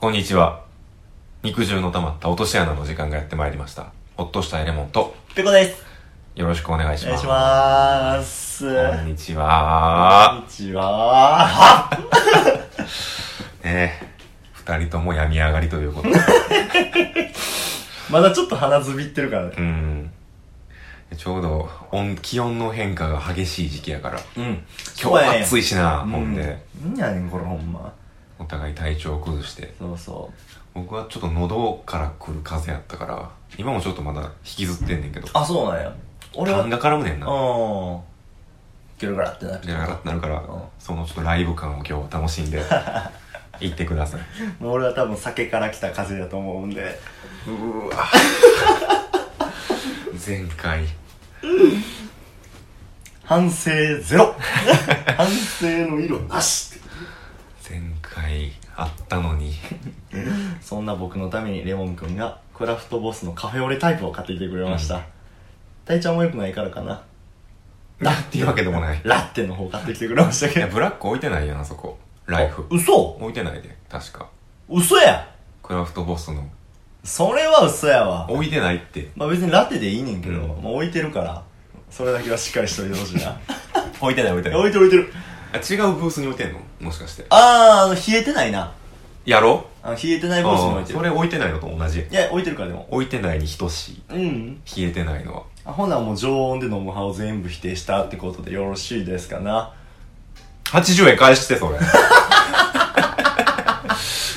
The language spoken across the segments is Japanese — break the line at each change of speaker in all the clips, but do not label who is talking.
こんにちは。肉汁の溜まった落とし穴の時間がやってまいりました。ほっとしたエレモンと、
ペコです。
よろしくお願いし
お願
ま
い
す。
します。
こんにち
こん
は。
にちは。
ねえ、二人とも病み上がりという ことで。
まだちょっと鼻ずびってるからね
う。ん。ちょうど温、気温の変化が激しい時期やから。
うん。
今日暑
い。
いしな、
うん
ほんで。
いいやねん、これほんま。
お互い体調を崩して。
そうそ
僕はちょっと喉から来る風邪やったから、今もちょっとまだ引きずってんねんけど
う。。あ、そうなんや。俺は、う
痰
ん。
が絡むねんな。
ゲロゲロってなる。
でなってなるから、
うん
そのちょっとライブ感を今日楽しん で行ってください
もう俺は多分酒から来た風邪だと思うんで。
うーわ前回
反省 ゼロ反省の色なし
前回あったのに
そんな僕のためにレモン君がクラフトボスのカフェオレタイプを買ってきてくれました、
うん
体調も良くないからかな
なっていうわけで もないい
ラッテの方買ってきてくれましたけ
や
ど
ブラック置いてないよなそこライフ
嘘
置いてないで確か
嘘や
クラフトボスの
それは嘘やわ
置いてないって
まあ別にラテでいいねんけど、
うん
まあ置いてるからそれだけはしっかりしといてほしい な
置いてない置いて
いや置いてる置いてる
あ違うブースに置いてんのもしかして
あーあの冷えてないな
やろ
あの冷えてない帽子に置いて
あーそれ
る
置いてないのと同じ
いや置いてるからでも
置いてないに等しい
うん
冷えてないのは
あほなもう常温で飲む派を全部否定したってことでよろしいですかな
80円返してそれ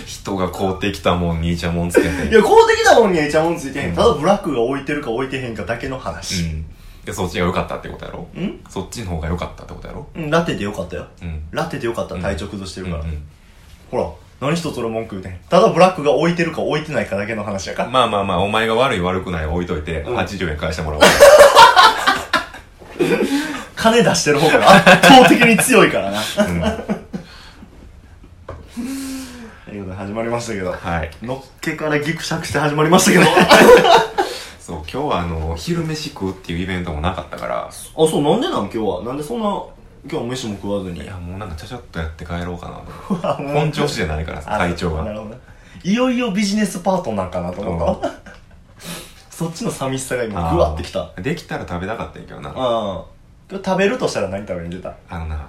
人が買うてきたもんにいちゃもんつけて
いや公的なもんにはイチャモンついてへん、
うん
ただブラックが置いてるか置いてへんかだけの
う
話
んでそっちが良かったってことやろ
うん、
そっちの方が良かったってことやろ
うん、ラテでよかったよ
うん
ラテでよかったら体調崩してるから、
うんうん
ほら何一つ俺文句言うてんただブラックが置いてるか置いてないかだけの話やから
まあまあまあお前が悪い悪くないは置いといて
うん
80円返しても らおう
金出してる方が圧倒的に強いから な
うん
ということで始まりましたけど
はい
のっけからギクシャクして始まりましたけ ど
そう今日はあの昼飯食うっていうイベントもなかったから
あそうなんでなん今日はなんでそんな今日飯も食わずに
いやもうなんかちゃちゃっとやって帰ろうかなと
あもう
本調子じゃないからさ
あ
体調
な
が
るほどねいよいよビジネスパートナーかなと思った、
う
そっちの寂しさが今グワってきた
あーできたら食べたかったんやけど
うん
な
今日食べるとしたら何食べに出た
あのな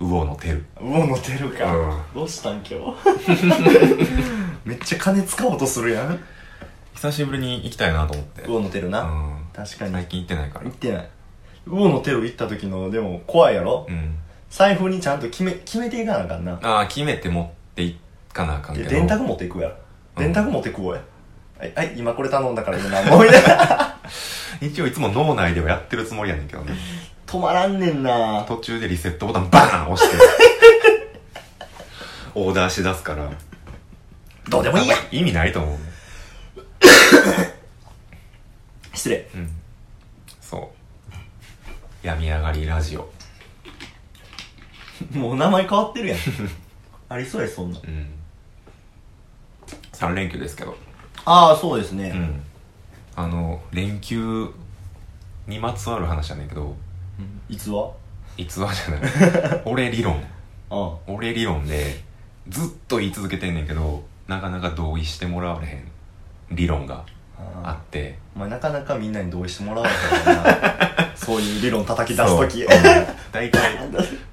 魚の手る
うお乗ってるか、
うん
どうしたん 今日めっちゃ金使おうとするやん
久しぶりに行きたいなと思って
うお乗ってるな、
うん
確かに
最近行ってないから
行ってない魚の手を行った時のでも怖いやろ、
うん
財布にちゃんと決め決めていかなあかんな
ああ決めて持っていかなあかん
い
け
や
ど
電卓持っていくやろ
うん
電卓持ってくおや、はい、はい、今これ頼んだから今何もいないな
一応いつも脳内ではやってるつもりやねんけどね
止まらんねんな
途中でリセットボタンバーン押 してオーダーしだすから
どうでもいいや
意味ないと思うね
失礼
うんそう病み上がりラジオ
もう名前変わってるやんありそうやそんな
うん3連休ですけど
ああそうですね、
うんあの連休にまつわる話やねんけど
いつは
逸話じゃない 俺理論
あ
俺理論でずっと言い続けてんねんけどなかなか同意してもらわれへん理論があ
あ
って
お前なかなかみんなに同意してもらわないからなそういう理論叩き出す
そう
時
うん大体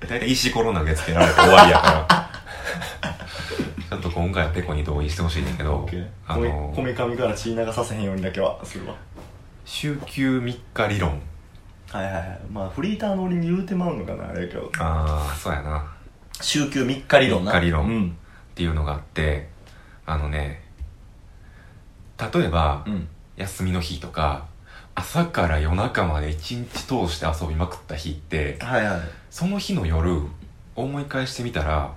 大体石ころ投げつけられて終わりやか らちょっと今回はペコに同意してほしいねんだけどあ
こめ
の
こめかみから血流させへんようにだけはするわ
週休3日理論
はいはいはいまあフリーターの俺に言うてまうのかなあれやけど
ああそうやな
週休3日理論な
三日理論
うん
っていうのがあってあのね例えば、
うん
休みの日とか朝から夜中まで一日通して遊びまくった日って
はいはい
その日の夜思い返してみたら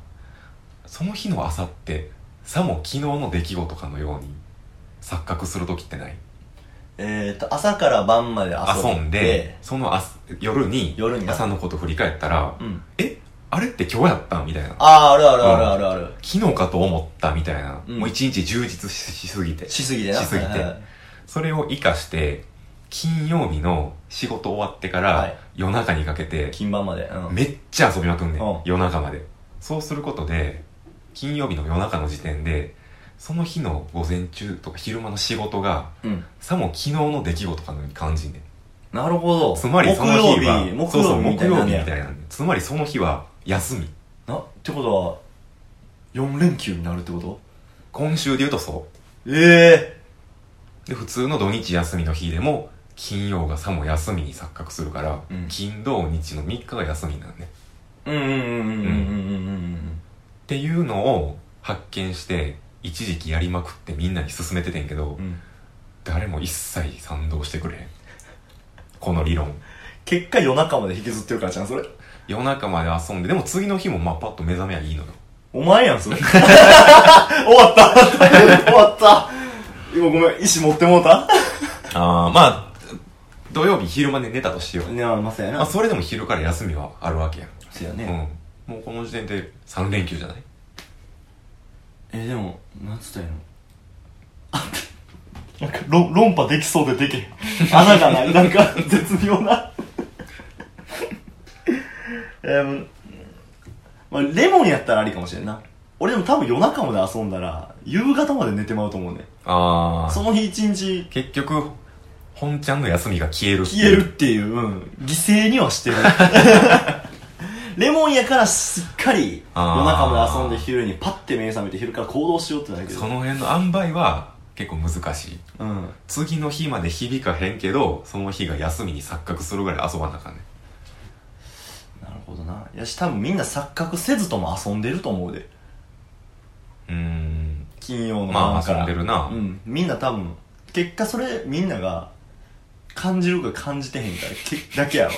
その日の朝ってさも昨日の出来事かのように錯覚する時ってない
えっ、ー、と朝から晩まで遊
遊
んで
んでその朝夜に
夜にな
朝のこと振り返ったら
うん
えあれって今日やったみたいな
あああるあるあるあるある、
昨日かと思ったみたいな、
うん
もう一日充実ししすぎて
しすぎてな
しすぎて
はいはいはい
それを活かして金曜日の仕事終わってから、
はい
夜中にかけて
金盤までうん
めっちゃ遊びまくんねん、
うん
夜中までそうすることで金曜日の夜中の時点でその日の午前中とか昼間の仕事が
うん
さも昨日の出来事かのように感じんねん
なるほど
つまりその日は
木曜日木
そうそ
曜
う
日み
木
たいな
曜日
ね
みたいなんでつまりその日は休み
なってことは4連休になるってこと
今週で言うとそ
え
うで普通の土日休みの日でも金曜がさも休みに錯覚するから、
うん
金土日の3日が休みなんね
えうんうんうんうんうんうん
っていうのを発見して一時期やりまくってみんなに勧めててんけど、
うんうん
誰も一切賛同してくれへんこの理論
結果夜中まで引きずってるからじゃんそれ
夜中まで遊んででも次の日もまあパッと目覚めはいいのよ
お前やんそれ終わった終わった今ごめん石持ってもうた
ああまあ土曜日昼間で寝たとしよう、
いやまさや
まあ、それでも昼から休みはあるわけやん、
そうやね、
うんもうこの時点で3連休じゃない
えでもなんつったらいいのなんか論論破できそうでできへん穴がないなんか絶妙なえーうんまあ、レモンやったらありかもしれんな俺でも多分夜中まで遊んだら夕方まで寝てまうと思うね
あ
その日一日
結局本ちゃんの休みが消えるっていう
消えるっていう、うん、犠牲にはして るレモンやからしっかり夜
あー
中まで遊んで昼にパッて目覚めて昼から行動しようってなるけど
その辺の塩梅は結構難しい
うん
次の日まで響かへんけどその日が休みに錯覚するぐらい遊ばなあかんね
なるほどな。やし、多分みんな錯覚せずとも遊んでると思うで。
うーん
金曜の
ま
晩
あ
か
遊
ら。
んでるな、
うん。みんな多分、結果それみんなが感じるか感じてへんかけ だけやろ。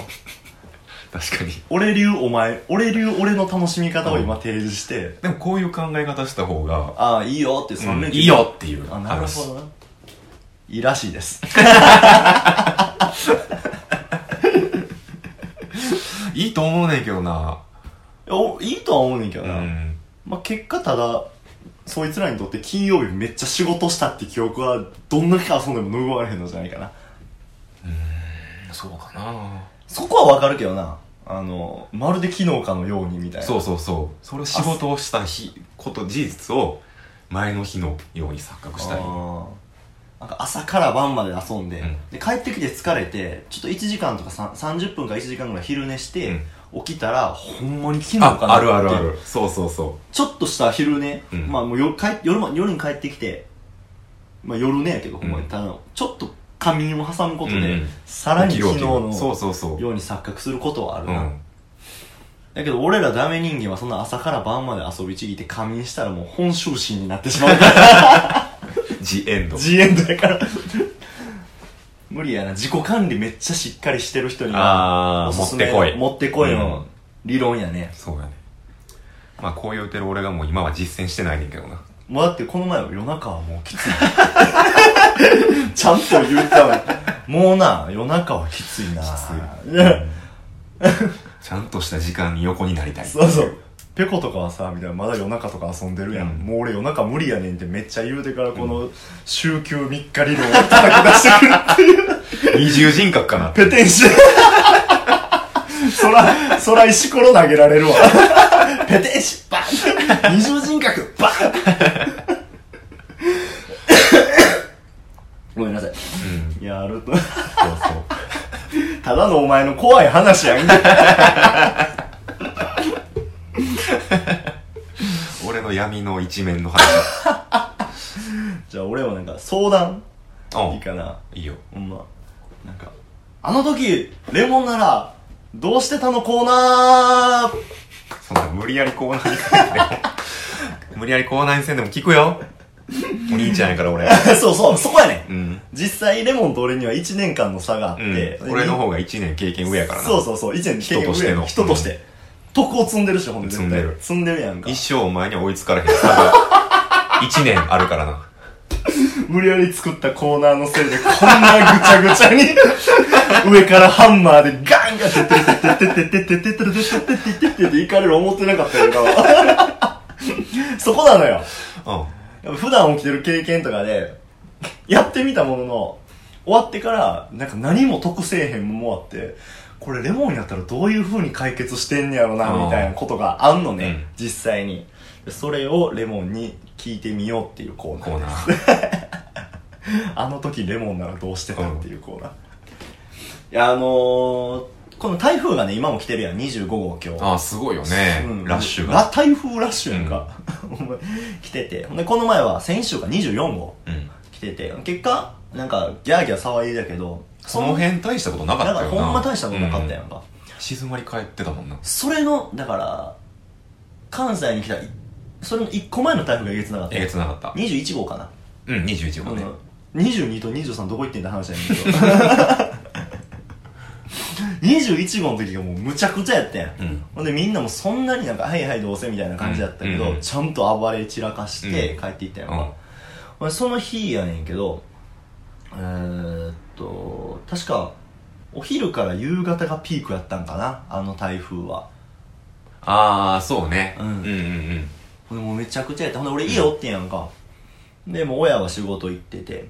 確かに
俺流お前、俺流俺の楽しみ方を今提示して、
でもこういう考え方した方が、
ああ、いいよって
う
3
ん
連
いいよっていう
あ、なるほどな。いいらしいです。
いいと思うねんけどな
おいいとは思うねんけど
う
な。
ん
まあ結果ただ、そいつらにとって金曜日めっちゃ仕事したって記憶はどんだけ遊んでも拭われへんのじゃないかな。
そうかな
そこはわかるけどな。あの、まるで昨日かのようにみたいな。
そうそうそうそれ仕事をした日こと事実を前の日のように錯覚したい
あーなんか朝から晩まで遊んで、
うん
で帰ってきて疲れて、ちょっと1時間とかさ30分か1時間ぐらい昼寝して、起きたら、ほんまに昨日かなって
ああるあるあるそうそうそ
ちょっとした昼寝、
うん
まあもう夜帰夜ま夜に帰ってきて、まあ夜寝やけど、ほんまに、
うん
ただ、ちょっと仮眠を挟むことで、
うんうん
さらに
起きる
昨
起
日
きる
の
そうそうそう
ように錯覚することはある
う
な。
ん
だけど俺らダメ人間はそんな朝から晩まで遊びちぎって仮眠したらもう本性心になってしまうから
ジエンド
ジエンドやから無理やな自己管理めっちゃしっかりしてる人に
あ
は
ー
おすすめ
持ってこい
持ってこいうの
ん
理論やね、
そうやねまあこう言うてる俺がもう今は実践してないねんけどな
もうだってこの前は夜中はもうきつい ちゃんと言ったわもうな夜中はきついな
うん ちゃんとした時間に横になりたい
そうそう。ペコとかはさ、みたいな、まだ夜中とか遊んでるやん。
うん
もう俺夜中無理やねんってめっちゃ言うてから、この、週休3日理論を叩き出してくる
二重人格かな
っていう、ペテン師。そら、そら石ころ投げられるわ。ペテン師、バン二重人格、バンごめんなさい。
うん
いやると、
そうそう
ただのお前の怖い話やん。
俺の闇の一面の話
じゃあ俺はなんか相談
うん
いいかな。
いいよ
ほんまなんかあの時レモンならどうしてたのコーナー
そんな無理やりコーナーにせんでも無理やりコーナーにせんでも聞くよお兄ちゃんやから俺
そうそうそこやね、
うんん、
実際レモンと俺には1年間の差があっ
う
て、
ん、俺の方が1年経験上やからな
そうそうそう1年経験
人としての
人として、徳を積んでるしほんで
積んでる
積んでるやんか
一生お前には追いつかれへん差が1年あるからな
無理やり作ったコーナーのせいでこんなぐちゃぐちゃに上からハンマーでガンガンってってってってってってってってってってってってってっていかれる思ってなかったよなそこなのよ
うん
やっぱ普段起きてる経験とかで、やってみたものの、終わってから、なんか何も得せえへんもんもあって、これレモンやったらどういう風に解決してんねやろな、みたいなことがあんのね、
うん
実際に。でそれをレモンに聞いてみようっていうコーナ
コー
ーで
ナ
す。
ー
あの時レモンならどうしてたっていうコーナー。いや、あのー、この台風がね、今も来てるやん、25号今日。
ああすごいよね、
うん
ラッシュが
ラ台風ラッシュやんか。 お前来てて。ほんで、この前は先週が24号
うん
来てて、結果、なんか、ギャーギャー騒いでたけど、
その辺大したことなか
だ
った
か
よな
らほんま大したことなかったや
うん
か。
静まり返ってたもんな
それの、だから、関西に来た、それの1個前の台風がえげつなかった
え。げつなかった
21号かな。
うん21号ね
うん22と23どこ行ってんだ話やねんけど。21号の時がもうむちゃくちゃやったやん。
うん
ほんでみんなもそんなになんか、はいはいどうせみたいな感じだったけど、
うんうん
ちゃんと暴れ散らかして
うん
帰っていったやん
う
か
ん。
ほんでその日やねんけど、えーっと、確か、お昼から夕方がピークやったんかな、あの台風は。
ああそうね、
うん
うんうん
ほんでもうめちゃくちゃやった。ほんで俺家おってんやんか。で、もう親は仕事行ってて。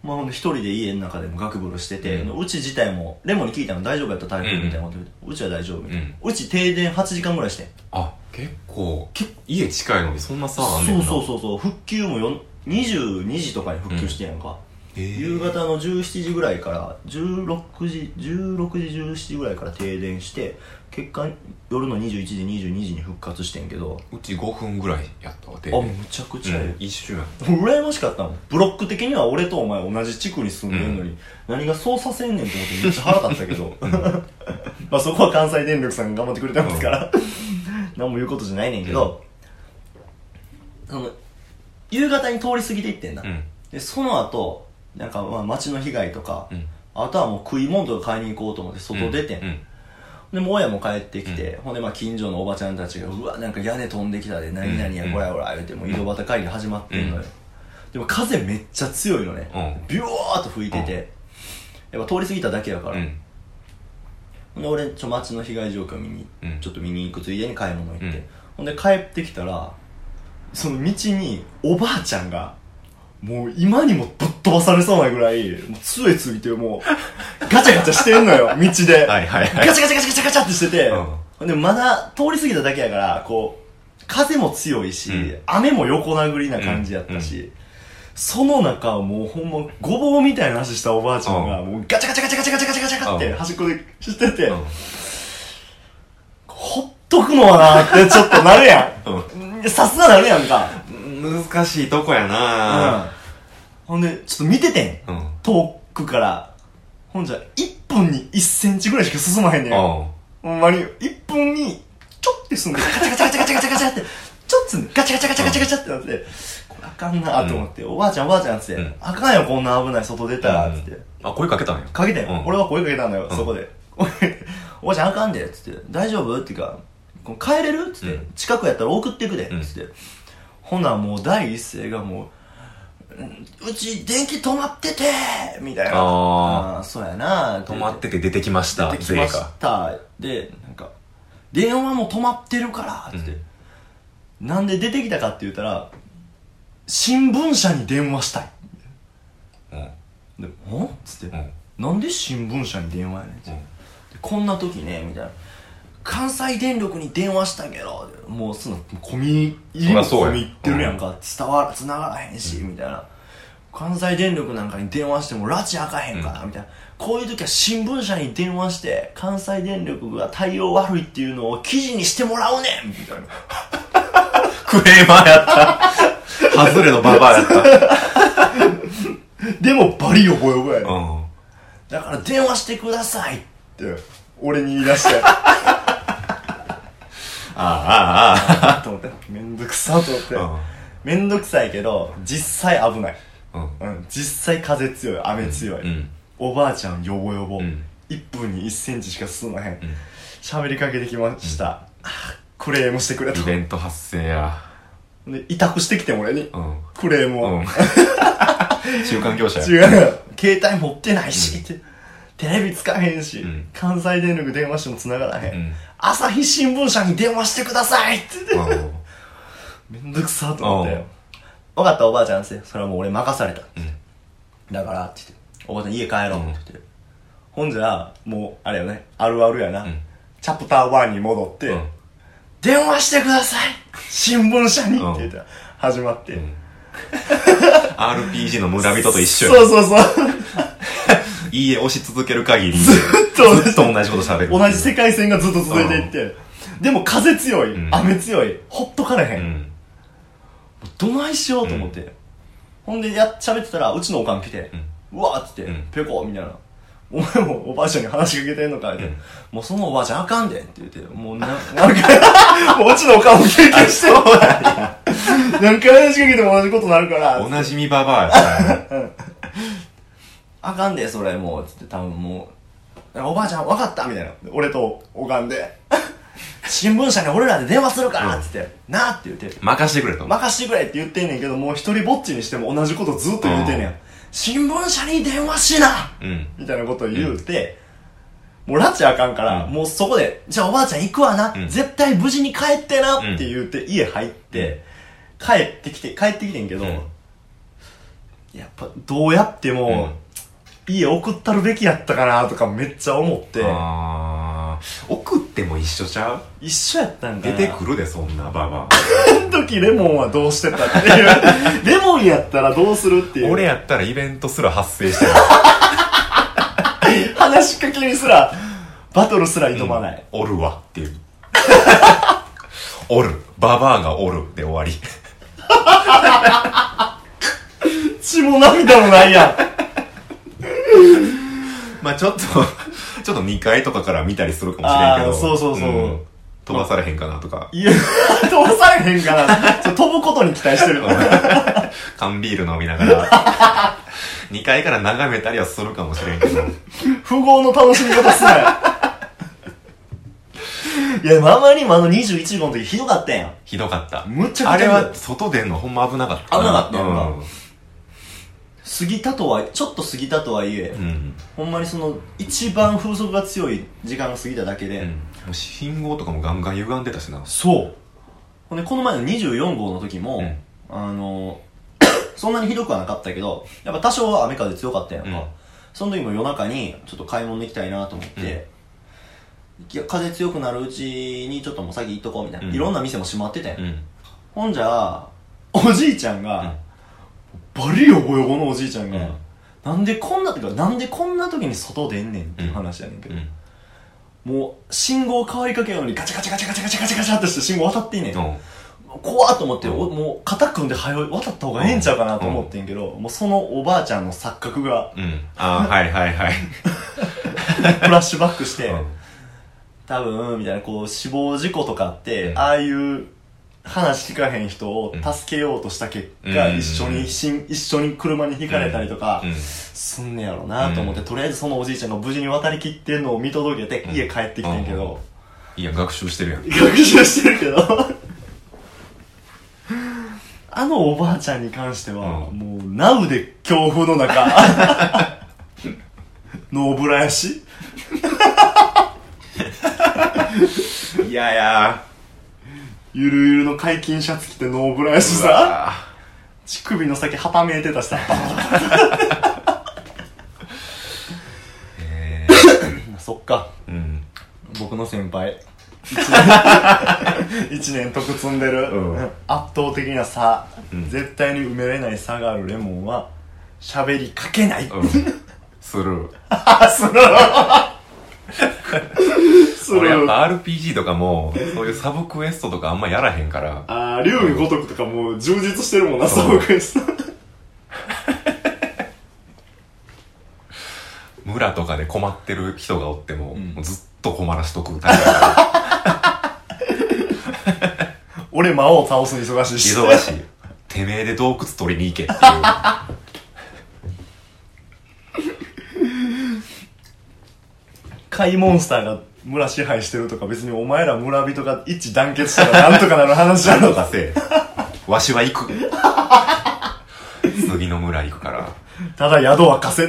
まあほんで一人で家の中でもガクブルしてて、
う
うんち自体も、レモンに聞いたの大丈夫やった台風みたいなこと言って、うちは大丈夫みたいな。うち停電8時間ぐらいしてん。
あ結構家近いのにそんな差あんね
そ
ん
う
な
そう
う
そうそう復旧もよん22時とかに復旧してんやんか、夕方の17時ぐらいから16時16時17時ぐらいから停電して結果夜の21時22時に復活してんけど
うち5分ぐらいやったわ
あ
で
むちゃくちゃええ、
一瞬やっ
羨ましかったもんブロック的には俺とお前同じ地区に住んでるのに、何がそうさせんねんと思ってめっちゃ腹立った けどまあそこは関西電力さんが頑張ってくれたんですから、何も言うことじゃないねんけど、その夕方に通り過ぎていってんだ、
たうん
でその後なんかまあ街の被害とか、
うん
あとはもう食い物とか買いに行こうと思って外出てん、
うんうん
でもう親も帰ってきて、ほんでまあ近所のおばちゃんたちが「うわなんか屋根飛んできたで何々
う
や
ん
こらこら」言うてもう井戸端会議始まってんのよ、でも風めっちゃ強いのね、
うん
ビュワーッと吹いてて、やっぱ通り過ぎただけやから、
うん
ほんで俺ちょ町の被害状況見に、
うん
ちょっと見に行くついでに買い物行って、
うん
ほんで帰ってきたらその道におばあちゃんがもう今にもぶっ飛ばされそうなぐらいもう杖ついてもうガチャガチャしてんのよ道で、
はいはいは
ガ
い
チャガチャガチャガチャガチャってしてて、
うん
ほんでまだ通り過ぎただけやからこう風も強いし、
うん
雨も横殴りな感じやったし、その中をもうほんまごぼうみたいな話したおばあちゃんが、もうガチャガチャガチャガチャガチャガチャガチャって
うん
端っこでしてて、
うん
ほっとくのはなってちょっとなるやん。 さすがなるやんか。
うん難しいとこやな
ほんで、ちょっと見ててん。
うんうん
遠くから。ほんじゃ、1分に1センチぐらいしか進まへんねん。ほんまに、1分に、ちょって進んで、ガチャガチャガチャガチャガチャガチャって、ちょっつんで、ガチャガチャガチャガチャガチャってなって、これあかんなと思って、おばあちゃんおばあちゃんっつっ
う
て、
ん
あかんよ、こんな危ない外出たら、つって。
あ声かけたんや
かけたよ、
うん
俺は声かけたんだよ、
うん
そこで おばちゃんあかんでっつって大丈夫っていうかこう帰れるっつって、
うん
近くやったら送ってくで
うん
っつって、ほなもう第一声がもううんうち電気止まっててみたいな
あ
あーそうやな
止まってて出てきました
出てきましたでなんか電話も止まってるからっつって、なんで出てきたかって言ったら新聞社に電話したい
うんうん
でおっつって、
うん
なんで新聞社に電話やねんっつって、でこんな時ねみたいな関西電力に電話したけどもうその込み入りも込み入ってるやんか伝わら繋がらへんし、みたいな関西電力なんかに電話しても拉致あかへんから、みたいなこういう時は新聞社に電話して関西電力が対応悪いっていうのを記事にしてもらうねんみたいな
クレーマーやっ たハズレのババアやった
でもバリよぼよぼやねん
うん
だから電話してくださいって俺に言い出して
あああ
と思ってめんどくさと思って、
あ
めんどくさいけど実際危ない
うんうん
うん、実際風強い雨強い、
うん
おばあちゃんヨボヨボ、
うん
1分に1センチしか進まへん喋、りかけてきました、あークレームしてくれと
イベント発生や
で委託してきて俺に、
うん
クレームを、
うん 中間業者
違
や
う携帯持ってないし、ってテレビ使えへんし、
うん
関西電力電話しても繋がらへん、
うん
朝日新聞社に電話してくださいって言って
うん
めんどくさと思って
うん
分かったおばあちゃんですよそれはもう俺任された、
ん
だからって言っておばあちゃん家帰ろうって言って、ほんじゃ、もう、あれよね、あるあるやな。
うん
チャプター1に戻って、
うん
電話してください新聞社に、って言ったら、始まって。
ん RPG の村人と一緒や
そうそうそう。
いいえ押し続ける限り
と
ずっと同じこと喋る
同じ世界線がずっと続いていって。でも風強い、
うん
雨強い、ほっとかれへ。
うんん
どないしようと思って。ほんで、や、喋ってたら、うちのおかん来て、うわーっつって、
うん
ペコみたいな。お前もおばあちゃんに話しかけてんのかって、
うん
もうそのおばあちゃんあかんでんって言って、も うな、なんか、もううちのおかんも経験してる。何回話しかけても同じことになるから、
おなじみババアや から
あかんで、それもう、つって多分もう、おばあちゃん分かったみたいな。俺とおかんで、 新聞社に俺らで電話するからっつって、なあって言って、
任してくれと
任してくれって言ってんねんけど、もう一人ぼっちにしても同じことずっと言うてんね
うん
ん。新聞社に電話しな
うん
みたいなことを言うて、もう拉致あかんから、
うん
もうそこで、じゃあおばあちゃん行くわな、
うん
絶対無事に帰ってな、
うん
って言うて家入って、帰ってきて、帰ってきてんけど、
うん
やっぱどうやっても、家送ったるべきやったかなとかめっちゃ思って、
あー送っても一緒ちゃう
一緒やったん
出
かな。
て くるでそんなババ
る時レモンはどうしてたっていう。レモンやったらどうするってい
ア
う。
俺やったらイベントすら発生してる
話しかけにすら、バトルすら挑ま ない。
おるわっていう おるババアがおるで終わり
血も涙もないやん。
まあちょっと ちょっと2階とかから見たりするかもしれんけ
あー
ど
そうそうそうん
飛ばされへんかなとか
いや、飛ばされへんかな。そう飛ぶことに期待してる。
缶ビール飲みながら2 階から眺めたりはするかもしれんけど
富豪の楽しみ方すなよ。いや、ママにもあの21号の時ひどかったやん。
ひどかった
むちゃ
あ
くち
れ
ゃ
は外出んのほんま危なかった
危なかったよな
うん
過ぎたとは、ちょっと過ぎたとはいえ、
うん
ほんまにその、一番風速が強い時間が過ぎただけで、
うんもう信号とかもガンガン歪んでたしな
そう。ほんで、この前の24号の時も、
うん
あの、 そんなにひどくはなかったけど、やっぱ多少は雨風強かったやんか。
うん
その時も夜中に、ちょっと買い物行きたいなと思って、いや風強くなるうちに、ちょっともう先行っとこうみたいな。
うん
いろんな店も閉まってたやん。
うん
ほんじゃ、おじいちゃんが、バリヨボヨボのおじいちゃんが、
うん
なんでこんな、てかなんでこんな時に外出んねんっていう話やねんけ
う
ど、
ん
もう信号変わりかけるのにガチャガチャガチャガチャガチャガチャガチャってして信号渡っていいねん。
うん
怖っと思って、
うん
おもう肩組んで早い渡った方がええんちゃうかなと思ってんけど、もうそのおばあちゃんの錯覚が
うんあー はいはいはい
フラッシュバックして、
うん
多分みたいなこう死亡事故とかって、
うん
ああいう話聞かへん人を助けようとした結果、
うん
一緒にしん一緒に車にひかれたりとか、
うん
すんねやろなと思って、とりあえずそのおじいちゃんが無事に渡りきってんのを見届けて、
うん
家帰ってきてんけど、
いや学習してるやん
学習してるけ どあのおばあちゃんに関しては、
う
もうナウで強風の 中ノーブラやし
いやいや
ゆるゆるの解禁シャツ着てノーブラやしさ乳首の先はためいてたしさ
え
そっか
ーうん
僕の先 輩一年得積んでる、
うん
圧倒的な差、
うん
絶対に埋めれない差があるレモンは喋りかけない、
うんスルー
あスル ースル
俺やっ
ー
ぱ RPG とかもそういうサブクエストとかあんまやらへんから
あー竜が如くとかもう充実してるもんな、
そう
そうクエスト
村とかで困ってる人がおっても,、
ん
もうずっと困らしとくタイプだから
俺魔王倒すの忙しいし
忙しいてめえで洞窟取りに行けってい う
怪モンスターが村支配してるとか別にお前ら村人が一致団結したらなんとかなる話じゃろ
と
う
か
か
せえわしは行く次の村行くから
ただ宿は貸 せ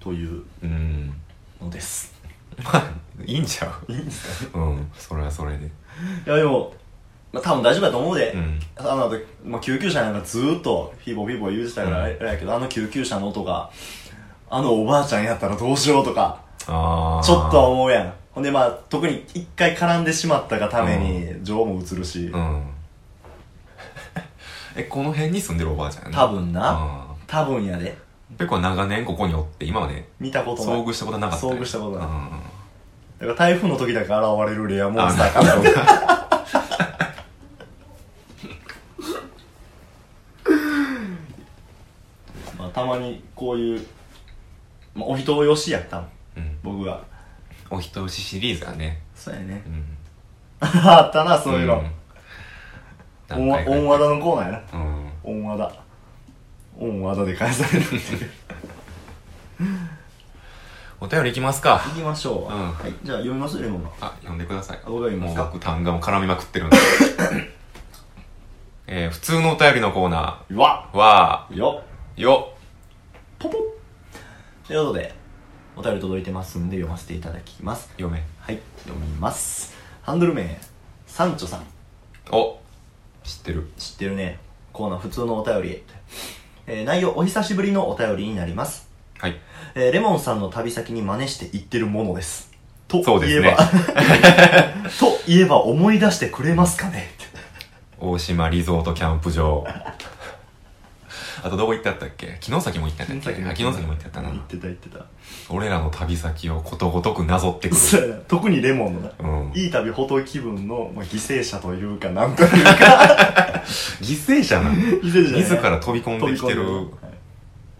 という
うん
のです
まあいいんちゃう
いいんですか
うんそれはそれで
いやでもまあ多分大丈夫だと思うで、
うん
あの後、まあ、救急車なんかずーっとフィボフィボ言うてたからあれやけど、あの救急車の音があのおばあちゃんやったらどうしようとか
ああ
ちょっとは思うやんほんでまあ特に一回絡んでしまったがために情も移るし、
うん えこの辺に住んでるおばあちゃんやな
多分な、
あ
多分やで
ー結構長年ここにおって今まで
見たことない
遭遇したことなかった
遭遇したことない
うんうん
だから台風の時だけ現れるレアモ
あ
ンスターか
な
な
るほど
まあ、たまにこういう、まあ、お人よしやったん
うん
僕が
お人よしシリーズがね
そうやね
うん
あったなそういう
う
の、お
ん
ん、
何回か
オン和田のコーナーやな
うん
オン和田オン和田で返されるっていう
お便りいきますか
行きましょう、
うん
はい、じゃあ読みますレモンが
あ読んでください
あ僕が読みま
もう
すか
僕単がもう絡みまくってるんで えー、普通のお便りのコーナ
うわ
ーは
よっ
よ
ポポッということでお便り届いてますんで読ませていただきます
読め
はい読みますハンドル名サンチョさん
お知ってる
知ってるねコーナー普通のお便り、えー内容お久しぶりのお便りになります、
はい
えーレモンさんの旅先に真似して行ってるものですと
そうで
言え
す
ば
ね
と言えば 思い出してくれますかね
大島リゾートキャンプ場 あとどこ行ってあったっけ昨日先も行ったんだっけあ昨日先も行ってあったな
行ってた行ってた
俺らの旅先をことごとくなぞってくる
そうやな特にレモンのな
うん
いい旅ほど気分の、まあ、犠牲者というかなんというか
犠牲者なの
犠牲者じゃな い
自ら飛び込んできてる
飛び込んでるはい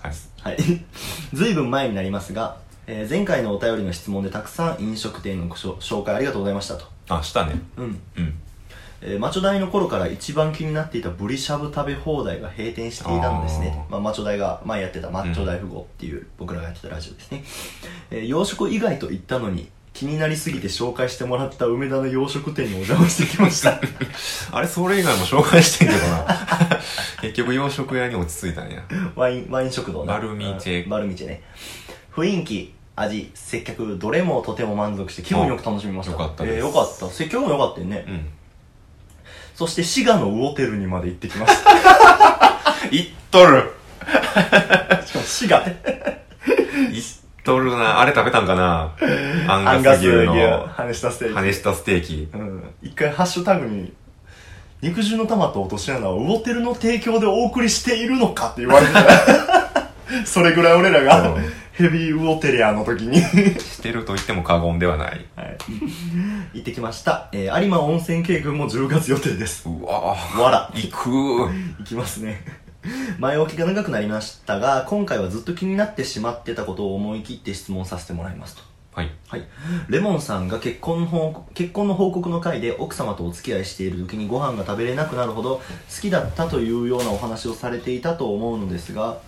はい
はい。 ずいぶん前になりますが、えー前回のお便りの質問でたくさん飲食店のご紹紹介ありがとうございましたと。
あしたね
うん。
うん
えー、マチョ大の頃から一番気になっていたブリしゃぶ食べ放題が閉店していたのですね
あ。ー
まあ、マチョ大が前やってたマッチョ大富豪っていう僕らがやってたラジオですね。えー洋食以外と言ったのに、気になりすぎて紹介してもらった梅田の洋食店にお邪魔してき ました。
あれそれ以外も紹介してんけどな 結局洋食屋に落ち着いたんや
ワイン、ワイン食堂ね
バルミチェ
バルミチェね。雰囲気、味、接客、どれもとても満足して気分よく楽しみました。
あよかったです
えーよかった。接客もよかったよね。
うん
そして滋賀の魚テルにまで行ってきました。
行っとる
しかも滋賀
行っとるなあれ食べたんかなア
ア
ン
ン
ガ
ガ
ス
ス
牛
牛
の
羽下ステー
羽下ステーキ
キ。うん。一回ハッシュタグに、肉汁の玉と落とし穴を魚テルの提供でお送りしているのかって言 われてた。それぐらい俺らが
うん
ヘビー魚テリアの時に
してると言っても過言ではない
はい、行ってきました、えー有馬温泉渓群も10月予定です
うわぁ
わら
行く
行きますね 前置きが長くなりましたが今回はずっと気になってしまってたことを思い切って質問させてもらいますと
はい
はい、レモンさんが結婚の報告結婚の報告の回で奥様とお付き合いしている時にご飯が食べれなくなるほど好きだったというようなお話をされていたと思うのですが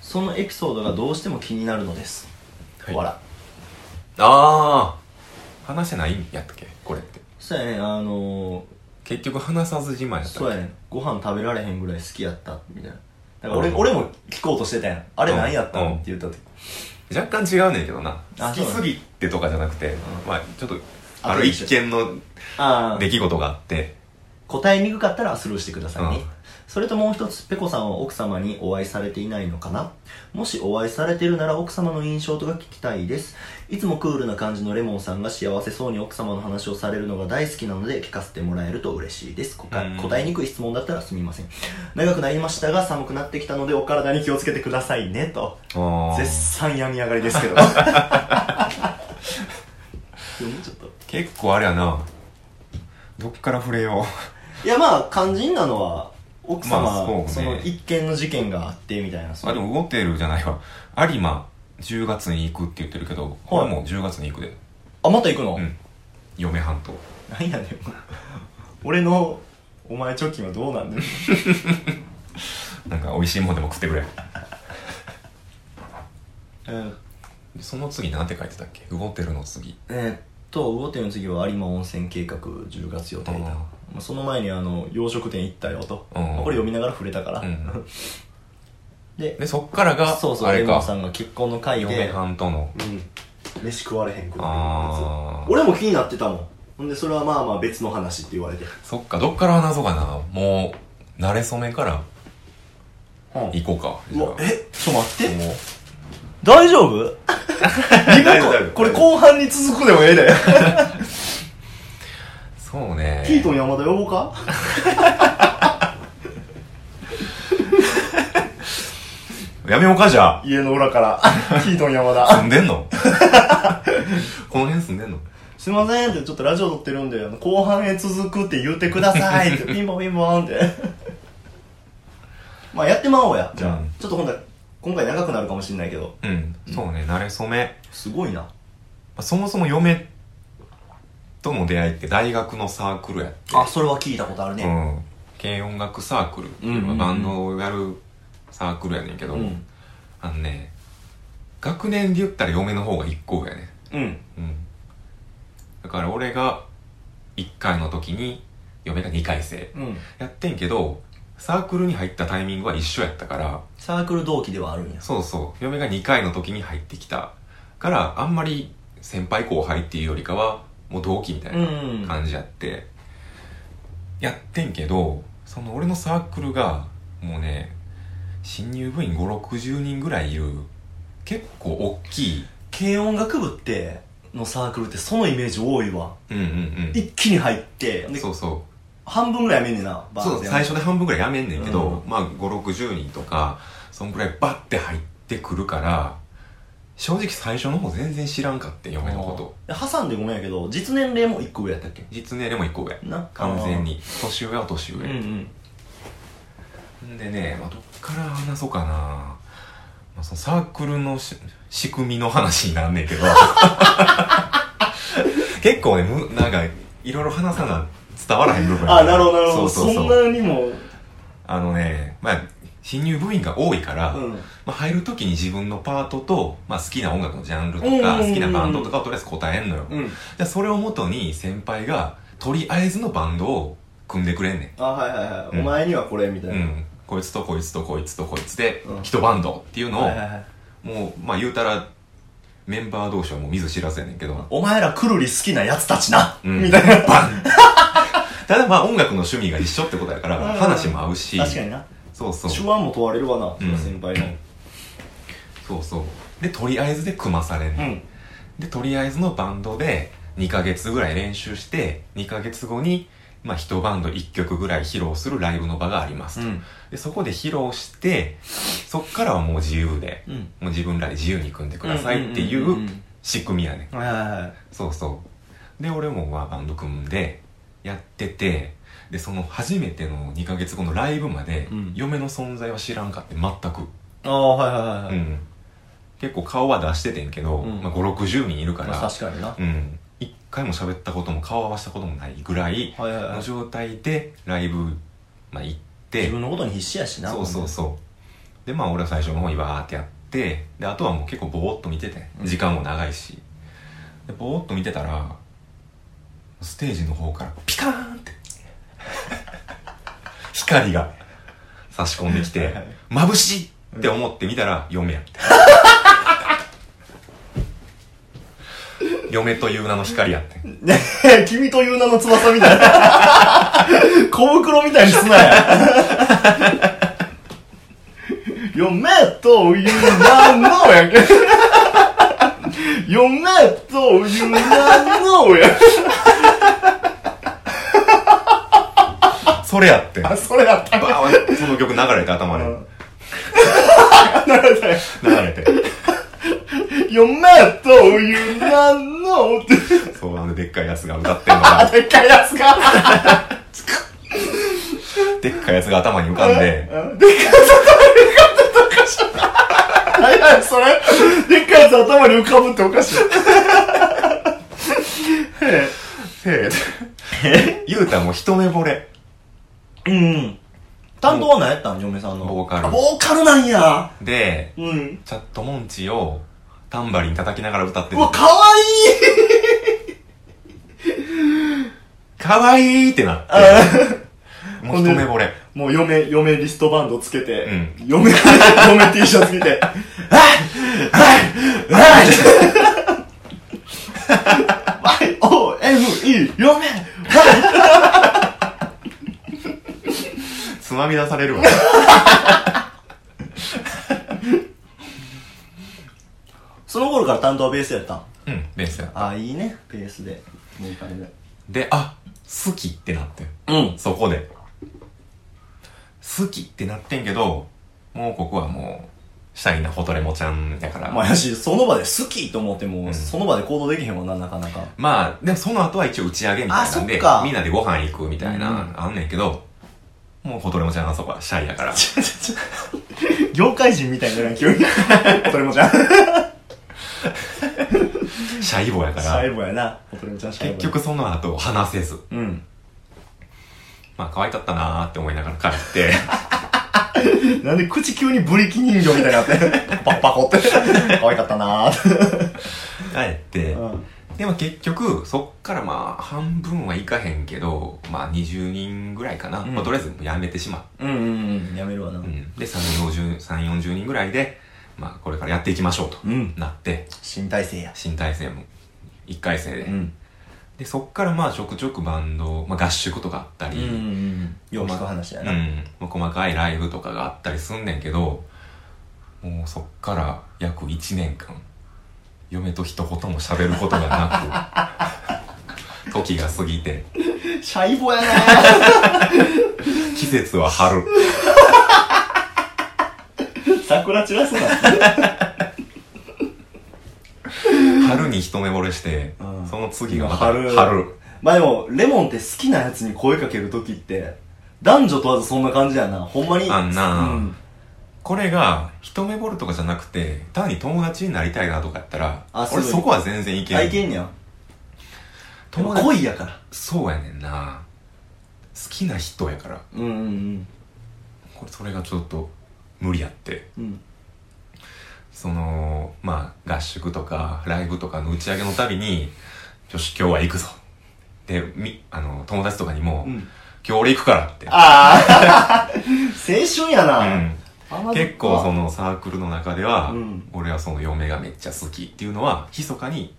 そのエピソードがどうしても気になるのです、
はい
わら
ああ話せないんやったっけこれって
そうやねあのー、
結局話さずじまいやったっ
そう
け
やねんご飯食べられへんぐらい好きやったみたいなだから俺,、
うん
俺も聞こうとしてたやんあれ何やった
うん
んって言った時、
若干違うねんけどな
あ
好きすぎてとかじゃなくて、まあちょっと
あ
ある一件の
ああ
出来事があって
答えにくかったらスルーしてくださいね、
うん
それともう一つペコさんは奥様にお会いされていないのかなもしお会いされてるなら奥様の印象とか聞きたいですいつもクールな感じのレモンさんが幸せそうに奥様の話をされるのが大好きなので聞かせてもらえると嬉しいですこか
うん
答えにくい質問だったらすみません長くなりましたが寒くなってきたのでお体に気をつけてくださいねと
あ
絶
ー
賛病み上がりで すけど読むちょっと
結構あれやなどっから触れよ
いやまあ肝心なのは奥様、
まあそうね
その一件の事件があってみたいなそう
あでも動てるじゃないわ有馬10月に行くって言ってるけどこれはもう10月に行くで
あまた行くの、
うん嫁半島
なんやねん俺のお前貯金はどうなんだよ
なんか美味しいもんでも食ってくれ
うん
でその次なんて書いてたっけ動てるの次
えーっと魚店の次は有馬温泉計画10月予定だ
あー
まあその前にあの洋食店行ったよと、
うん
まあこれ読みながら触れたから、
うん
で
でそっからが
そうそう
あ
レ
れ
モン
か
さんが結婚の会
嫁
で、
半島の
うん、飯食われへんくなるやつ
あー
俺も気になってたもんほんでそれはまあまあ別の話って言われて
そっかどっから話そうかなもう慣れ初めから
うん
行こうかじゃ
もうえちょっと待って
あもう
大丈 夫
大丈夫大丈夫
これ後半に続くでもええ で
そうね
ピートン山田呼ぼうか
やめようかじゃあ
家の裏から ピートン山田
住んでんの この辺住んでんの
すいませんってちょっとラジオ撮ってるんであの後半へ続くって言ってくださ いってピンポンピンポンってまあやってまおうやじゃあ、
うん
ちょっと今回今回長くなるかもしれないけど
うんそうね慣れ初め、
すごいな
まあそもそも嫁との出会いって大学のサークルやって
あそれは聞いたことある
う
ね
ん軽音楽サークルっていう
うんうん
ま
う
あバン
ん
ドをやるサークルやねんけど、
うん
あのね学年で言ったら嫁の方が1個上やね
うん
うんだから俺が1回の時に嫁が2回生
うん
やってんけどサークルに入ったタイミングは一緒やったから
サークル同期ではあるんや
そうそう嫁が2回の時に入ってきたからあんまり先輩後輩っていうよりかはもう同期みたいな
うん
感じやって、やってんけどその俺のサークルがもうね新入部員560人ぐらいいる結構大きい
軽音楽部ってのサークルってそのイメージ多いわ
うんうん
一気に入って
うん
で
そうそう
半分ぐらいやめんねんなバ
そ
ーンっ
う
て
最初で半分ぐらいやめんねんけど、
う
まあ560人とかそんぐらいバッて入ってくるから正直最初の方全然知らんかってん嫁のこと
で挟んでごめんやけど実年齢も一個上やったっけ
実年齢も1個上
な
完全に年上は年上、
うんうん
んでね、まあ、どっから話そうかな、まあ、そのサークルのし仕組みの話になんねん けど結構ねむなんかいろいろ話さな伝わらへん部分が
あなるほどなるほど
そうそうそう
そんなにも
あのねまあ新入部員が多いから、
うん
まあ、入る時に自分のパートと、まあ、好きな音楽のジャンルと
うんうん
か
うんうん
好きなバンドとかをとりあえず答えんのよ、
うん
じゃあそれをもとに先輩がとりあえずのバンドを組んでくれんねん
あはいはいは
う
い、
ん
お前にはこれみたいうな、
ん、こいつとこいつとこいつとこいつで
うん
一バンドっていうのを、
はいはいはい
もうまあ言うたらメンバー同士はもう見ず知らずやねんけど、
お前らくるり好きなやつたちな、
うん
みたいな
バンただまあ音楽の趣味が一緒ってことやから
うん
話も合う し
確かにな
そうそう
手腕も問われるわな、その先輩の
そうそうでとりあえずで組まされんねん、
ん
でとりあえずのバンドで2ヶ月ぐらい練習して2ヶ月後にまあ一バンド1曲ぐらい披露するライブの場がありますと、
ん
でそこで披露してそっからはもう自由で
うん
もう自分らで自由に組んでくださいってい
んんん
うん仕組みやね
はいはいはい
そうそうで俺もまあバンド組んでやっててでその初めての2ヶ月後のライブまで、
うん
嫁の存在は知らんかって全く、
ああはいはいはいはい、
うん結構顔は出しててんけど、
うん
まあ、560人いるから、
まあ、確かにな、
うん一回も喋ったことも顔合わせたこともないぐらい
はいはいは
の
い
状態でライブ、まあ、行って
自分のことに必死やしな
そうそうそうでまあ俺は最初の方にわーってやってであとはもう結構ボーっと見てて
うん
時間も長いしでボーっと見てたらステージの方からピカーンって 光が差し込んできて
はいはい
眩しいって思って見た ら嫁やって嫁という名の光やって
ねえ 君という名の翼みたいな 小袋みたいにすなや 嫁という名のや け嫁という名のや
それやってバ
あそれだった
ーンその曲流れて頭で
うん
流れて
嫁という名のって
そうあのでっかいやつが歌ってんの
あ
が
でっかいやつか
でっかいやつが頭に浮かんで
うんでっかいやつ頭に浮かぶっておかしい。何やそれ。でっかいやつ頭に浮かぶっておかしい。へ
へえ言うたらもう一目惚れ
えうん。担当は何やったん嫁さんの。
ボーカル
あボーカルなんや。
で
うん。
チャットモンチをタンバリン叩きながら歌って
う
て
わ、かわいい
かわいいってなってもう一目惚れ
もう嫁、嫁リストバンドつけて、
う
嫁、嫁 T シャツ着て、はいはいはい YOME 嫁
み出されるわ
その頃から担当はベースやったん
うんベースや
ああいいねベースでもういい感じで
であ好きってなって
うん
そこで好きってなってんけどもうここはもうシャイなフォトレモちゃんやから
まあやしその場で好きと思っても、
うん
その場で行動できへんもんななかなか
まあ、でもその後は一応打ち上げみたいなん
あそっ
で
か、
みんなでご飯行くみたいな、
うん
あんねんけど、もうホトレモちゃんはそこはシャイや から。
業界人みたいになるやん急に それもじゃん
シャイボやか
シャイ
ら、
ボやなそれもじゃんシャイボ
結局その後話せず、
うん
まあ可愛かったなーって思いながら帰 って、
なんで口急にブリキ人形みたいになって パッパコって可愛かったなーって
帰って、でも結局、そっからまあ半分はいかへんけど、まあ20人ぐらいかな。
うん
まあとりあえずもうやめてしまう。
うんうんうんやめるわなう、
うんん、で、3、40 3 40人ぐらいで、まあこれからやっていきましょうとなって、
新体制や
新体制も1回生で。
ん
でそっからまあちょくちょくバンド、まあ、合宿とかあった
う
り、
んうんうんよう聞く話や
う
な、
んまあ、細かいライブとかがあったりすんねんけどもうそっから約1年間嫁と一言も喋ることがなく 時が過ぎて
シャイボやなー
季節は春
桜散らすな
春に一目惚れして、
うん
その次がまた
春
春
まあでも、レモンって好きなやつに声かけるときって、男女問わずそんな感じやな。ほんまに。
あんな
うん
これが一目惚れとかじゃなくて単に友達になりたいなとかやったら
あ
俺
すぐ
そこは全然いけ
あ、
ないい
けんねや。
友達
恋やから。
そうやねんな好きな人やから
うんうん
これそれがちょっと無理やって
うん。うん。
そのまあ合宿とかライブとかの打ち上げのたびに「よし今日は行くぞ」でみあの友達とかにも、
うん
今日俺行くから」って、
あー 青春やな。
う
甘酸っぱ
ん、結構そ。のサークルの中では、
うん
俺はその嫁がめっちゃ好きっていうのは密かに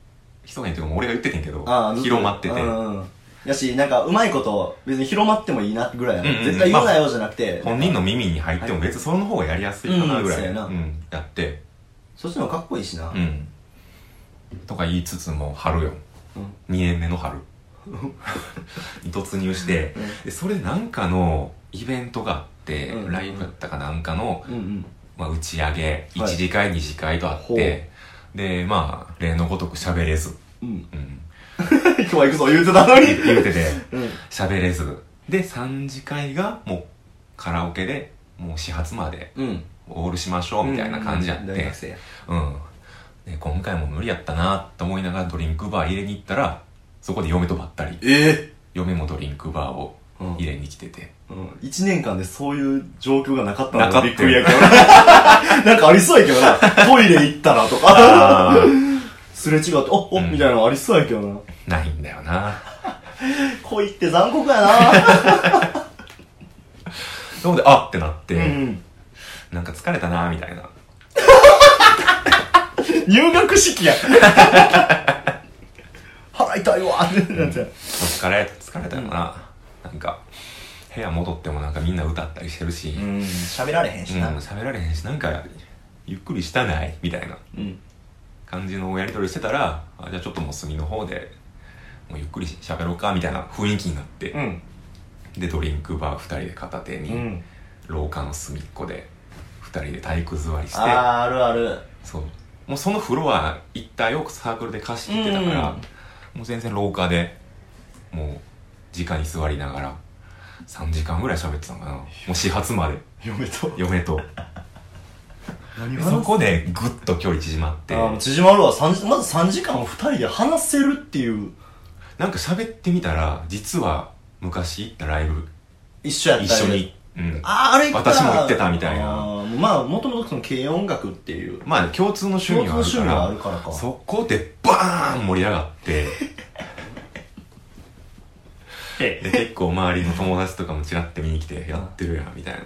密かにっていうかもう俺が言っててんけど
あーずっと
広まってて
うんうん。やし、なんか、うまいこと、別に広まってもいいなぐらいやな
うんうんうん
絶対言うなよじゃなくて。
本人の耳に入っても別にその方がやりやすいかなぐらい、
うんそうやな
うんやって
そっちの方がかっこいいしな。
うん。とか言いつつも、春よ。
うん
2年目の 春。に突入して、でそれなんかのイベントがあって、
うん
ライブだったかなんかの、
うんうん。
まあ、打ち上げ、
い
1次会、2次会とあっ
ほう
て、で、まあ、例のごとく喋れず、
うん。
うん、
今日は行くぞ、言うてたのに。
言うてて、
うん。
喋れず。で、3次会が、もう、カラオケで、もう始発まで、
うん。
オールしましょう、みたいな感じやって、
大学生や。
うん。で、今回も無理やったなと思いながらドリンクバー入れに行ったら、そこで嫁とばったり。
ええ
嫁もドリンクバーを
うん
入れに来てて。
うん、1年間でそういう状況がなかった
なかった
びっくりやけど な。なんかありそうやけどな。トイレ行ったらとか。
あー
すれ違って、おっおっ、
うん
みたいなのありそうやけどな。
ないんだよな。
恋って残酷や な。
そこで、あってなって、
うん。
なんか疲れたなみたいな。
入学式や。 腹痛いわってなっちゃう。
お疲れ、疲れたよな。なんか、部屋戻ってもなんかみんな歌ったりしてるし、うん、
ん、喋られへん
喋られへんし、なんか、ゆっくりしたないみたいな
うん。
感じのやり取りしてたら、あじゃあちょっともう隅の方で、もうゆっくり喋ろうか、みたいな雰囲気になって、
うん。
でドリンクバー2人で片手に、
うん。
廊下の隅っこで2人で体育座りして
あー、あるある。
そうもうそのフロア一帯をサークルで貸し切ってたから、
うん
もう全然廊下でもう直に座りながら3時間ぐらい喋ってたのかなもう始発まで
嫁と。
嫁 と
何
でそこでぐっと距離縮まって
あーもう縮まるわ。三時まず3時間を2人で話せるっていう。
なんか喋ってみたら実は昔行ったライブ
一緒やった
一緒に、うん、
ああれ行った
私も行ってたみたいな
あーまあもともとその軽音楽っていう
まあ共通の趣味はある
共通
か
の趣味は
ら
あるからか
そこでバーン盛り上がってで結構周りの友達とかもちらって見に来てやってるやんみたいな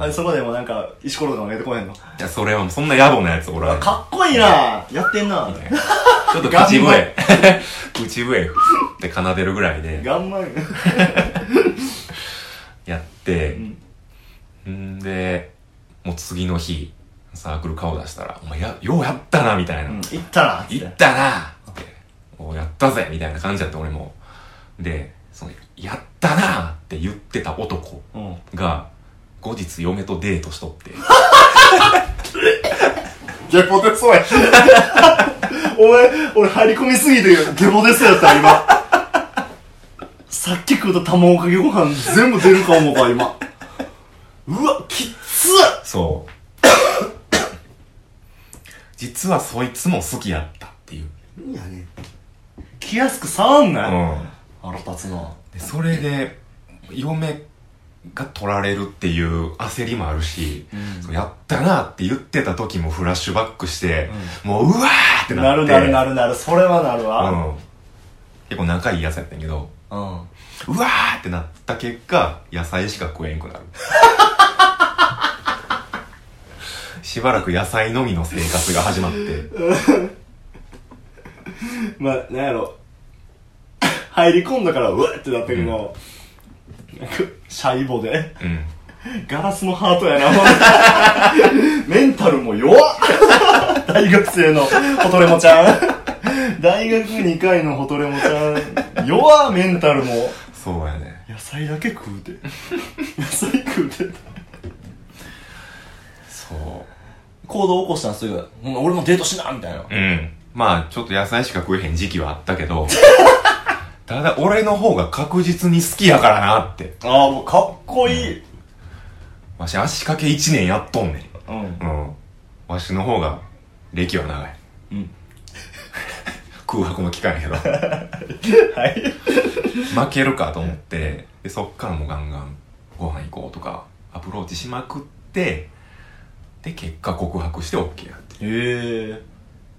あれそこでもなんか石ころとか投げてこへんの
じゃあそれはもうそんな野暮なやつおらんちょ
かっこいいなやってんな
っと口笛 口笛って奏でるぐらいで
頑張る
やって、
ん
んでもう次の日サークル顔出したら「お前やようやったな」みたいな
うん、行ったなっ。
行ってたなって、おやったぜみたいな感じだった俺も。で、その、やったなって言ってた男
うん。
が、後日嫁とデートしとって。
ゲボ 出そうや。お前、俺入り込みすぎてゲボ出そうやった今。さっき食うた卵かけご飯全部出るか思うか今。うわ、きっつ
そう。実はそいつも好きやったっていう。
何やねん。気安く触ん
う
なよ。
ん。
腹立つな。
でそれで、嫁が取られるっていう焦りもあるし、
うん
そうやったなって言ってた時もフラッシュバックして、もううわーってな
な
っ
る
て。
なるなるなる、それはなるわ。
うん。結構仲いいやつやったんやけど、
うん。
うわーってなった結果、野菜しか食えんく なる。しばらく野菜のみの生活が始まって。
まあ、なんやろ。入り込んだから、うわってなったけど、なんか、シャイボで。
うん。
ガラスのハートやな、 メンタルも弱っ 大学生のホトレモちゃん。大学2回のホトレモちゃん。弱っメンタルも。
そうやね。
野菜だけ食うて。 野菜食うてた。
そ
行動起こしたんすぐ。ほんな俺もデートしなみたいな
う。。うん。まあ、ちょっと野菜しか食えへん時期はあったけど、 ただ俺の方が確実に好きやからなって。
ああ、もうかっこいい。
わし足掛け1年やっとんねん。
うん。
うん。わしの方が、歴は長い。
うん。
空白の期間や けど。
はい。
負けるかと思ってでそっからもうガンガンご飯行こうとかアプローチしまくってで結果告白して OK やって
へえ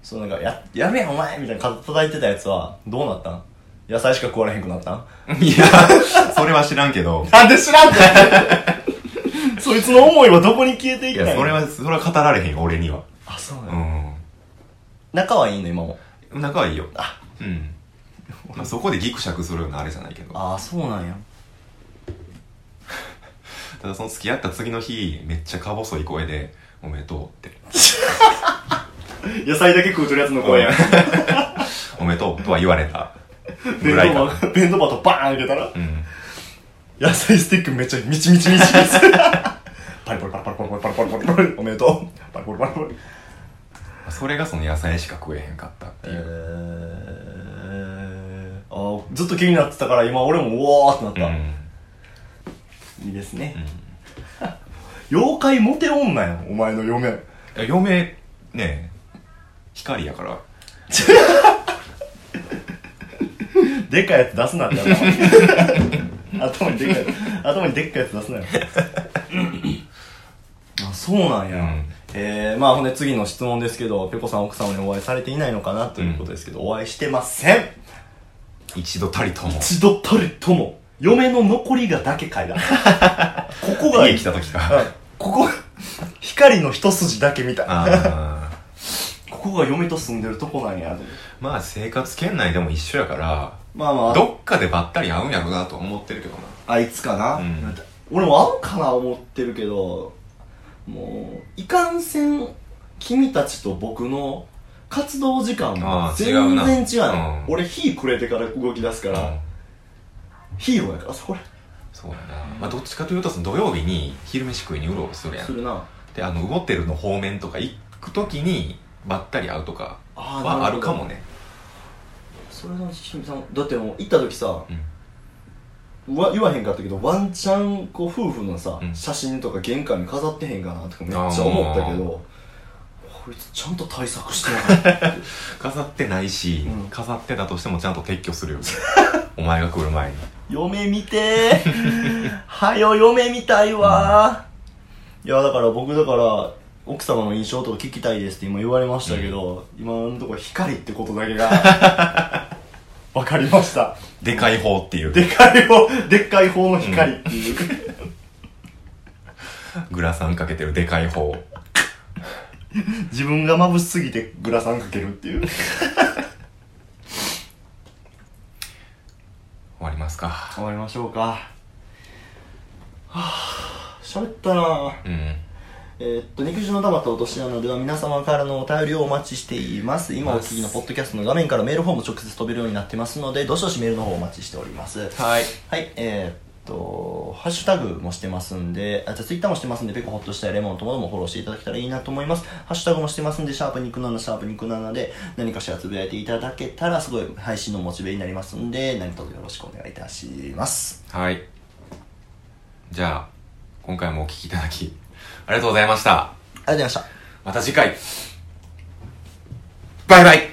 そうなんかや「やべえお前」みたいな肩叩いてたやつはどうなったん野菜しか食われへんくなったん
いやそれは知らんけど
なんで知らんて そいつの思いはどこに消えてい
い
ったん
やそれはそれは語られへんよ俺には
あそうな
う
の、仲はいいの今も
ん仲はいいよ
あ
うん、まあ、そこでギクシャクするようなあれじゃないけど
ああそうなんや
ただその付き合った次の日めっちゃか細い声で「おめでとう」って
野菜だけ食うとるやつの声やん
「おめでとう」とは言われ たぐ
弁
らい
当
か
箱弁当箱とバーン開けたら
うん
野菜スティックめっちゃみちみちみちみちパリパリパリパリパリパリパリパリパリおめでとうパリパリパリパリ
それがその野菜しか食えへんかったって
え
いう、
ー、あずっと気になってたから今俺もうわーってなった、
うん
いいですね、妖怪モテ女やんお前の嫁
いや嫁ね光やから
でかいやつ出すなって頭 頭にでっかい頭にでっかいやつ出すなよあそうなんや、
うん
えー、まあほんで次の質問ですけどぺこさん奥様にお会いされていないのかなということですけど、お会いしてません
一度たりとも
一度たりとも嫁の残りがだけかいだここが
家来た時
う
か
んここ、光の一筋だけ見た。
あー
ここが嫁と住んでるとこなんやと思って。
まあ生活圏内でも一緒やから
まあまあ、
どっかでばったり会うんやろうなと思ってるけどな
あいつかな、
うん
俺も合うかな思ってるけど、もう、いかんせん、君たちと僕の活動時間
あ
が
あ
全然違うの
違うなうん
俺、火くれてから動き出すから、ヒーローやからさ、これ。
そうやな、まあ、どっちかというとその土曜日に昼飯食いにうろうろするや
す
ん
るな。
であの動ってるの方面とか行く時にばったり会うとか
あ
はあるかも。ね
それのしみさん、だってもう行った時さ、
うん
わ言わへんかったけどワンチャンこう夫婦のさ、
うん
写真とか玄関に飾ってへんかなとかめっちゃ思ったけどこいつちゃんと対策してない
飾ってないし、
うん
飾ってたとしてもちゃんと撤去するよ お前が来る前に
嫁見てーはよ嫁見たいわー、いやだから僕だから奥様の印象とか聞きたいですって今言われましたけど、今のところ光ってことだけが わかりました
でかい方っていう
でかい方でっかい方の光っていう、
グラサンかけてるでかい方
自分が眩しすぎてグラサンかけるっていう
終わりますか
終わりましょうか。はぁ、喋ったなぁ
うん
えーっと肉汁の玉と落とし穴では皆様からのお便りをお待ちしています今お聞きのポッドキャストの画面からメールフォーム直接飛べるようになってますのでどしどしメールの方お待ちしております
はい
はいえーっとハッシュタグもしてますんであじゃあツイッターもしてますんでペコホッとしたいレモンともどもフォローしていただけたらいいなと思いますハッシュタグもしてますんでシャープ肉7シャープ肉7で何かしらつぶやいていただけたらすごい配信のモチベになりますんで何卒よろしくお願いいたします
はいじゃあ今回もお聞きいただきありがとうございました
ありがとうございました
また次回バイバイ